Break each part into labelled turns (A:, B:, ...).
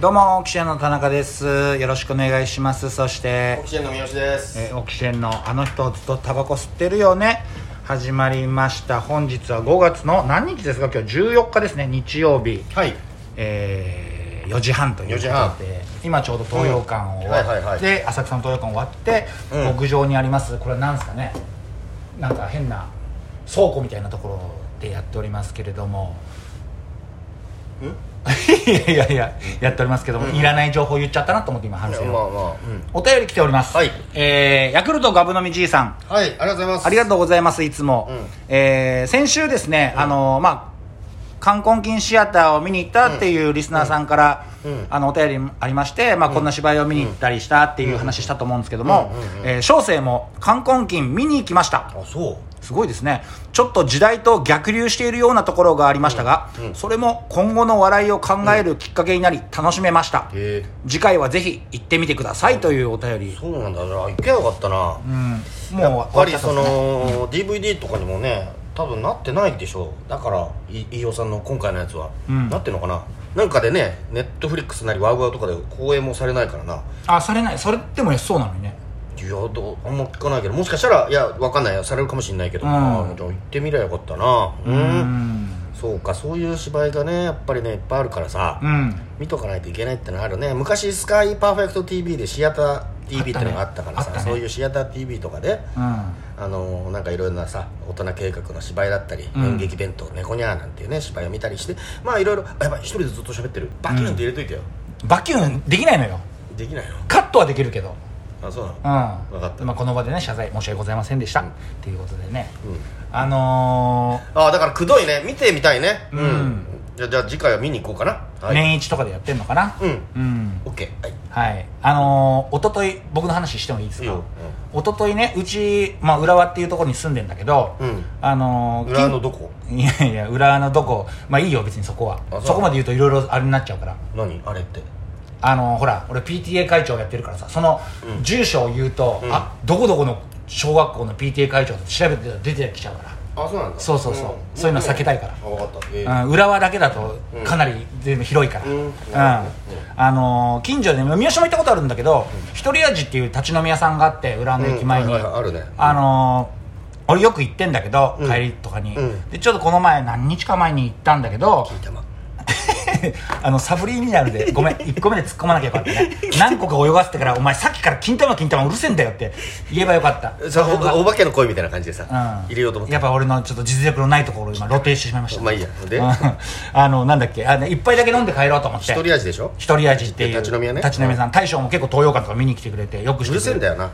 A: どうもオキシエンの田中ですよろしくお願いしますそして
B: オキシエンの三好です。
A: えーオキシエンのあの人ずっとタバコ吸ってるよね始まりました本日は5月の何日ですか今日14日ですね日曜日
B: はい。
A: えー4時半というこ
B: 4
A: と
B: 時
A: で
B: 半
A: 今ちょうど東洋館を終わって、
B: うんはいはい
A: 浅草の東洋館終わって、
B: うん
A: 屋上にありますこれは何ですかねなんか変な倉庫みたいなところでやっておりますけれども いやいやいややっておりますけども、
B: うん
A: いらない情報言っちゃったなと思って今反省を、
B: まあまあ、うん。
A: お便り来ております、
B: はい
A: えーヤクルトガブ飲みじいさん
B: はい、ありがとうございます。
A: ありがとうございます、いつも。
B: うん
A: えー先週ですね、あのまあ、冠婚金シアターを見に行ったっていうリスナーさんから、
B: うんうん
A: あのお便りもありまして、まあ、こんな芝居を見に行ったりしたっていう話したと思うんですけども、えー小生も冠婚金見に行きました。
B: あ、そう。
A: すごいですね。ちょっと時代と逆流しているようなところがありましたが、
B: うんうん
A: それも今後の笑いを考えるきっかけになり、楽しめました。
B: へ
A: 次回はぜひ行ってみてくださいというお便
B: え
A: り。
B: そうなんだ。じゃあ、行けばよかったな。
A: うん、もう
B: やっぱ
A: 終わっ
B: り、そ
A: ちゃったんですね
B: の、DVD とかにもね、多分なってないでしょう。だから、い飯尾さんの今回のやつは、
A: うん
B: なってんのかな。なんかでね、ネットフリックスなりワウワウとかで公演もされないからな。
A: あ、されない。それでもそうなのにね。
B: いやどうあんま聞かないけどもしかしたらいやわかんないよされるかもしれないけど、
A: うん
B: あーじゃあ行ってみりゃよかったなうん
A: うん
B: そうかそういう芝居がねやっぱりねいっぱいあるからさ、見とかないといけないってのはあるね昔スカイパーフェクト TV でシアター TV ってのがあったから
A: あっ
B: さ、
A: たね
B: そういうシアター TV とかで
A: うん
B: あのーなんかいろんなさ大人計画の芝居だったり、
A: うん
B: 演劇弁当「猫にゃー」なんていうね芝居を見たりしてまあいろいろあやばい一人でずっと喋ってるバキュンって入れといてよ、
A: バキュンできないのよ
B: できないの
A: カットはできるけど
B: あそうなの
A: うんま
B: わかった
A: あこの場でね謝罪申し訳ございませんでしたっていうことでね
B: うん
A: あの
B: ああだからくどいね見てみたいね
A: うん
B: じゃあじゃあ次回は見に行こうかな
A: ー
B: はい、
A: 年一とかでやってんのかな
B: うん
A: うん
B: オッケーはい
A: はいあのー一昨日僕の話してもいいです
B: いい
A: か
B: よ
A: 一昨日ねうちまあ浦和っていうところに住んでんだけど
B: うん
A: あのー
B: 裏のどこ
A: いやいや浦和のどこまあいいよ別にそこは
B: あそう
A: そこまで言うといろいろあれになっちゃうから
B: 何あれって
A: あのほら俺 PTA 会長やってるからさその
B: うん
A: 住所を言うと、
B: うん
A: あどこどこの小学校の PTA 会長って調べてたら出てきちゃうから
B: あそうなんだ
A: そうそうそうそういうの避けたいから
B: あ分かったええ
A: うん、浦和だけだと
B: うん
A: かなり全部広いから、
B: うん
A: うん
B: なる
A: あのー近所で三好も行ったことあるんだけど、ひとり味っていう立ち飲み屋さんがあって浦和の駅前に、
B: うんはいはいあるね
A: あのー俺よく行ってんだけど、
B: うん
A: 帰りとかに、
B: うん
A: でちょっとこの前何日か前に行ったんだけど
B: 聞いたま
A: あのサブリミナルでごめん1個目で突っ込まなきゃよかったね何個か泳がせてからお前さっきから金玉金玉うるせえんだよって言えばよかった
B: さおお化けの声みたいな感じでさ、
A: うん、
B: 入れようと思って
A: やっぱ俺のちょっと実力のないところを今露呈してしまいました
B: まあいいやで
A: うんあのなんだっけあの一杯だけ飲んで帰ろうと思って
B: 一人味でしょ
A: 一人味っていう
B: 立ち飲み屋ね
A: 立ち飲み屋さん大将も結構東洋館とか見に来てくれてよくし
B: う
A: てくれ
B: るせえんだよな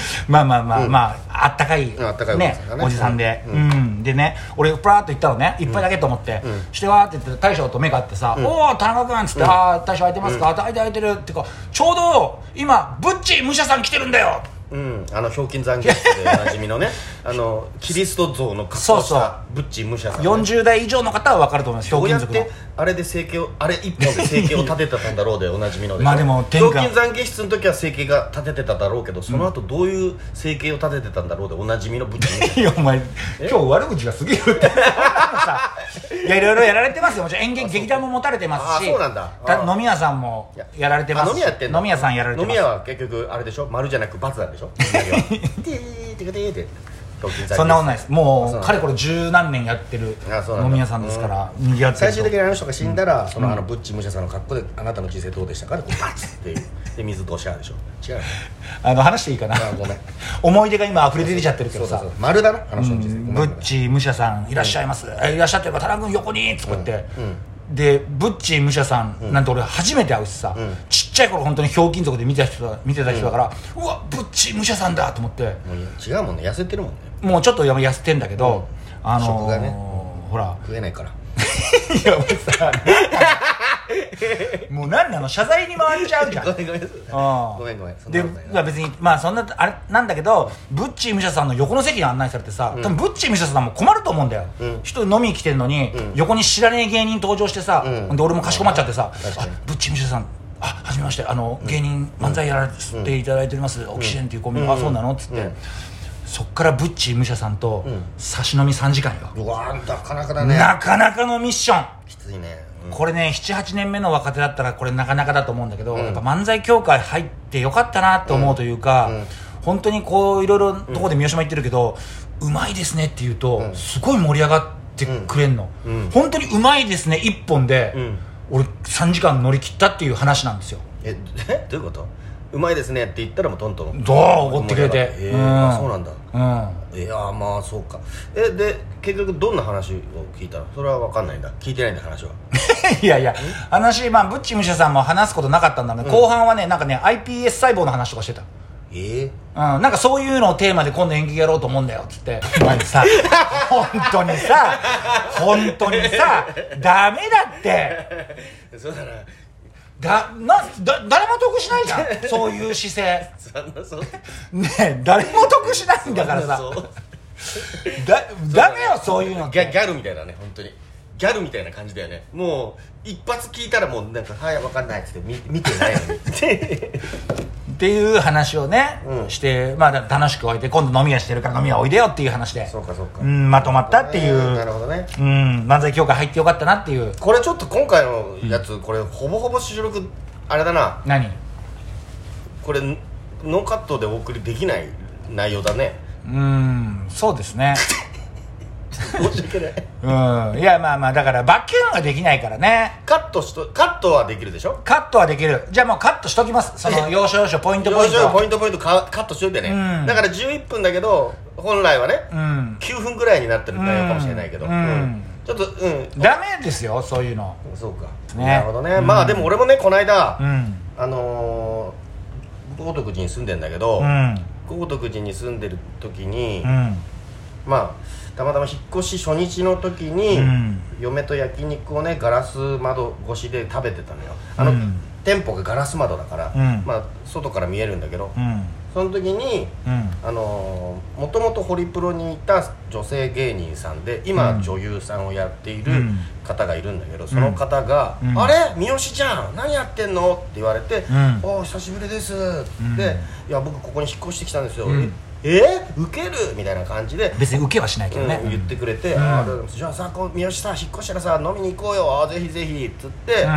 A: まあまあまあまああったかい
B: んあったかいおじ
A: ね
B: さんがね
A: おじさんで
B: う
A: うんんでね俺プラーっと行ったのね一杯だけと思って
B: ん
A: してわーって言って大将と目が合ってさ「おお田中君」っつって「ああ大将空いてますか?」空いて空いてる」ってかちょうど今ブッチ武者さん来てるんだよ
B: うんあのひょうきん残月で おなじみのねあのキリスト像の格好をし
A: そうそう
B: たブッチ武者さんね、
A: 40代以上の方は分かると思いますひょ
B: ど
A: う
B: う
A: きん
B: やっ
A: 族の
B: てあれで生計をあれ一本で生計を立ててたんだろうでおなじみのでしょ
A: まあでも
B: ひ
A: 天
B: ょう
A: 下
B: きん懺悔室の時は生計が立ててただろうけどその後どういう生計を立ててたんだろうでおなじみのブッチ武者
A: いやお前今日悪口がすぎるってさいやいろいろやられてますよもちろん演劇劇団も持たれてますし
B: あそうなんだ
A: た
B: ああ
A: 飲み屋さんも
B: いや
A: やられてます
B: あ飲み屋やってんの
A: 飲み屋さんやられて
B: 飲
A: ま
B: み
A: す
B: 屋は結局あれでしょ丸じゃなく×なんでしょティーティーティーティーティー東京在住
A: そんなことないです
B: あそう
A: も
B: なん
A: う
B: だ
A: かれこれ十何年やってる
B: あそうなんだ
A: 飲み屋さんですからにぎわって
B: 最
A: る
B: 終的
A: と
B: にあの人が死んだら、そのあのブッチ武者さんの格好であなたの人生どうでしたかでこうバツっていうで水どうしゃーでしょ違うよね
A: あの話していいかな
B: あごめん
A: 思い出が今溢れ出てきちゃってるけ
B: そ
A: ど
B: うそう
A: さ
B: そう丸だなあの人の人生、
A: ブッチ武者さんいらっしゃいます、えいらっしゃってば田中君横にとか言って、でブッチ武者さんなんて俺初めて会うしさ、
B: ん
A: ちっちゃい頃本当にひょうきん族で見てた人だ見てた人だから、うわブッチ武者さんだと思って
B: もういいよ違うもんね痩せてるもんね
A: もうちょっとやめ痩せてんだけど、あの
B: 食
A: ー
B: がね
A: ほら
B: 食えないから
A: いやもうさ もう何なの謝罪に回っちゃうじゃん
B: ごめんごめん
A: ああ
B: ごめんごめんそん
A: で
B: なことない
A: まあ別にまあそんなあれなんだけどブッチー武者さんの横の席に案内されてさ、多分ブッチー武者さんも困ると思うんだよ、
B: うん
A: 人飲み来てんのに、
B: ん
A: 横に知らねえ芸人登場してさ、
B: うん
A: ほんで俺もかしこまっちゃってさ「
B: 確か
A: あ
B: に
A: ブッチー武者さんあはじめましてあの、芸人漫才やらせていただいております、オキシエンっていうコンビニ、あそうなの?」っつって、
B: うん
A: そっからブッチー武者さんと
B: ん
A: 差し飲み3時間よ、
B: うわーなかなかだね
A: なかなかのミッション
B: きついね
A: これね78年目の若手だったらこれなかなかだと思うんだけど、やっぱ漫才協会入ってよかったなと思うというか、本当にこういろいろとこで三好も言ってるけど、うまいですねって言うと、すごい盛り上がってくれんの、本当にうまいですね1本で、
B: ん
A: 俺3時間乗り切ったっていう話なんですよ
B: ええどういうことうまいですねって言ったらもうトントン
A: どうおごってくれて
B: え
A: うん
B: あそうなんだ
A: うん
B: いやーまあそうかえで結局どんな話を聞いたのそれは分かんないんだ聞いてないんだ話 はい
A: やいや話、まあ、ブッチムシャさんも話すことなかったんだけど、後半はねなんかね iPS 細胞の話とかしてた
B: ええ
A: うん、なんかそういうのをテーマで今度演劇やろうと思うんだよっつ ってお前さ本当にさ本当にさダメだって
B: そうだな
A: だなだ誰も得しないじゃんそういう姿勢
B: そんなそう
A: ねえ誰も得しないんだからさ
B: そう
A: だダメよそういうのっ
B: ギャギ
A: て
B: ャルみたいだね本当にギャルみたいな感じだよねもう一発聞いたらもうなんか「はい分かんない」っつって見見てない のに
A: っていう話をね、
B: うん
A: して、まあ、だ楽しくおいて今度飲み屋してるから飲み屋おいでよっていう話で
B: そうかそうか
A: うん、まとまったっていう、
B: えーなるほどね
A: うん、漫才協会入ってよかったなっていう
B: これちょっと今回のやつ、これほぼほぼ主力あれだな
A: 何
B: これノーカットでお送りできない内容 だね
A: うんそうですね
B: 申し訳ない
A: うんいやまあまあだからバキューンができないからね
B: カットしとカットはできるでしょ
A: カットはできるじゃあもうカットしときますその要所要所ポイントポイン
B: 要所
A: ト
B: ポイントポイントカカットしといてね、
A: うん
B: だから11分だけど本来はね、
A: うん
B: 9分ぐらいになってる内容かもしれないけど、
A: うん
B: ちょっとうん
A: ダメですよそういうの
B: そうか、
A: ね
B: なるほどね、まあでも俺もねこの間、
A: うん
B: あのー、豪徳寺に住んでんだけど、
A: うん
B: 豪徳寺に住んでる時に、
A: うん
B: まあたまたま引っ越し初日の時に、
A: うん
B: 嫁と焼肉をねガラス窓越しで食べてたのよあの、
A: うん
B: 店舗がガラス窓だから、
A: うん
B: まあ外から見えるんだけど、
A: うん
B: その時に
A: うん
B: あのもともとホリプロにいた女性芸人さんで今、
A: うん
B: 女優さんをやっている
A: うん
B: 方がいるんだけど、その方が「
A: うん
B: あれ三好ちゃん何やってんの?」って言われて
A: ん
B: 「おお久しぶりです」
A: ん
B: で「いや僕ここに引っ越してきたんですよ」
A: ん
B: えー、ウケる?」みたいな感じで。
A: 別に受けはしないけどね、
B: うん言ってくれて「
A: うん
B: あーじゃあさこう三好さん引っ越したらさ飲みに行こうよあーぜひぜひ」っつって、
A: うん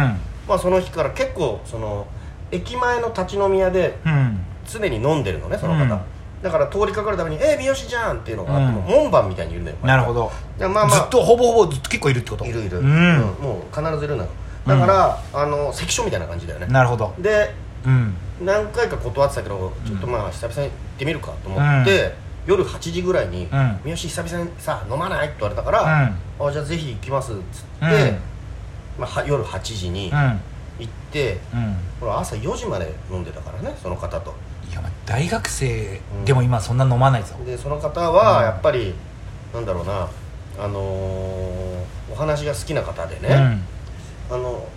B: まあ、その日から結構その駅前の立ち飲み屋で
A: うん
B: 常に飲んでるのねその方、
A: うん
B: だから通りかかるたびに「えー、三好じゃん」っていうのがあって、
A: うん
B: 門番みたいにいるんだよ
A: なるほど、
B: でまあまあ
A: ずっとほぼほぼずっと結構いるってこと
B: いるいる、
A: う
B: うん
A: ん、
B: もう必ずいるのよだから、あの関所みたいな感じだよね
A: なるほど
B: で
A: うん
B: 何回か断ってたけどちょっとまあ久々に行ってみるかと思って、夜8時ぐらいに「三好久々にさ飲まない?」って言われたから「あじゃあぜひ行きます」っつって、
A: うん
B: まあ、は夜8時に
A: うん
B: 行って、
A: うん
B: ほら朝4時まで飲んでたからねその方と
A: いやまあ大学生でも今そんな飲まないぞ、
B: でその方はやっぱり、なんだろうなあのーお話が好きな方でね、あの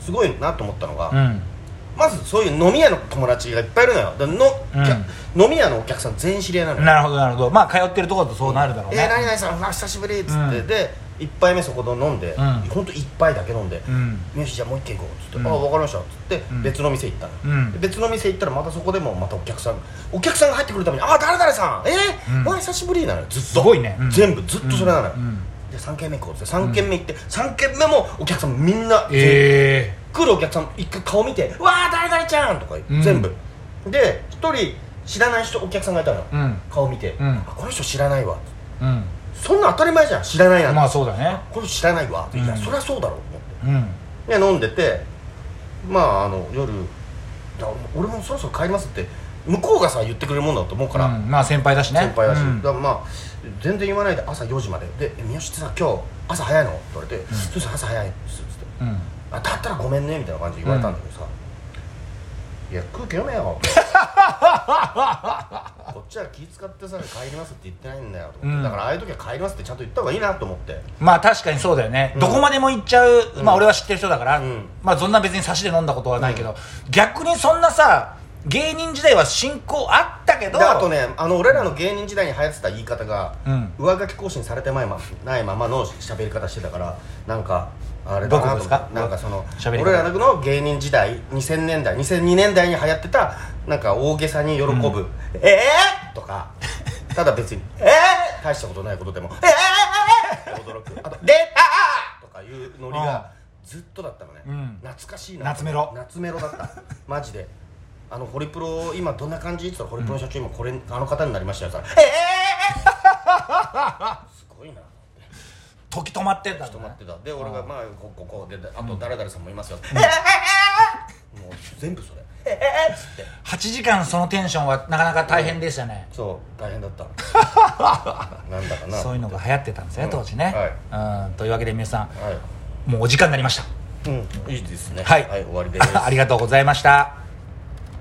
B: すごいなと思ったのが、
A: うんうん
B: まずそういう飲み屋の友達がいっぱいいるのよだの、
A: うん
B: きゃ飲み屋のお客さん全員知り合いなのよ
A: なるほどなるほどまあ通ってるところだとそうなるだろう
B: えー、何
A: ね
B: 々さんうわ久しぶり」っつって、
A: うん
B: で1杯目そこで飲んで、
A: ん
B: ほんと1杯だけ飲んで
A: うん
B: 「よしじゃあもう一軒行こう」っつって「
A: うん
B: ああ分かりました」っつって、
A: ん
B: 別の店行ったの、
A: うん
B: で別の店行ったらまたそこでもまたお客さんお客さんが入ってくるために「ああ誰々さんえー
A: うん
B: お久しぶり」なのよずっと
A: すごいねうん
B: 全部ずっとそれなのよ、
A: うんうん
B: で3軒目行こうっつって3軒目行って、3軒目もお客さんみんな、
A: え
B: 来るお客さん一回顔見て「うわあ誰々ちゃん」とか言って、
A: うん
B: 全部で1人知らない人お客さんがいたのよ、
A: うん
B: 顔見て、
A: うん
B: あこの人知らないわ」
A: えうん
B: そんな当たり前じゃん知らないなんて、
A: まあそうだね
B: この人知らないわって、いや
A: うん
B: そりゃそうだろうと思って
A: うん
B: で飲んでてまああの夜だ俺もそろそろ帰りますって向こうがさ言ってくれるもんだと思うから、
A: うんまあ先輩だしね
B: 先輩だし、
A: うん
B: だからまあ全然言わないで朝4時までで「え三好ってさ今日朝早いの?」って言われて「そうです朝早いです」っつって
A: うん
B: 「あだったらごめんね」みたいな感じで言われたんだけどさ、いや空気読めよこっちは気使ってさ帰りますって言ってないんだよと思って、
A: うん
B: だからああいう時は帰りますってちゃんと言った方がいいなと思って
A: まあ確かにそうだよね、
B: うん
A: どこまでも行っちゃう、まあ
B: うん
A: 俺は知ってる人だから、
B: うん
A: まあそんな別に差しで飲んだことはないけど、逆にそんなさ芸人時代は進行あったけど
B: であとねあの俺らの芸人時代に流行ってた言い方が、
A: うん
B: 上書き更新されてないまないままの喋り方してたからなんかあれだ
A: どこ
B: な
A: です
B: と
A: か
B: なんかその
A: 喋り方
B: 俺らの芸人時代2000年代2002年代に流行ってたなんか大げさに喜ぶ「えー!」とかただ別に「えー!」大したことないことでも「えー!」って驚くあと「であー!」とかいうノリがずっとだったのね、
A: うん
B: 懐かしいな
A: 夏メロ
B: 夏メロだった マジであのホリプロ今どんな感じって言ったらホリプロの社長今これ、あの方になりましたよって言ったらええすごいな
A: 時止まってんだろ
B: 止
A: う
B: ま
A: ね
B: ってたで俺がまあこここうでであと誰々さんもいますよ、もう全部それええっつって
A: 8時間そのテンションはなかなか大変でしたね、
B: そう大変だった なんだかな
A: そういうのが流行ってたんですね、当時ね、うんというわけで皆さ
B: は
A: んもうお時間になりました
B: い、うん、いいですね
A: はい
B: はい、終わりです
A: ありがとうございました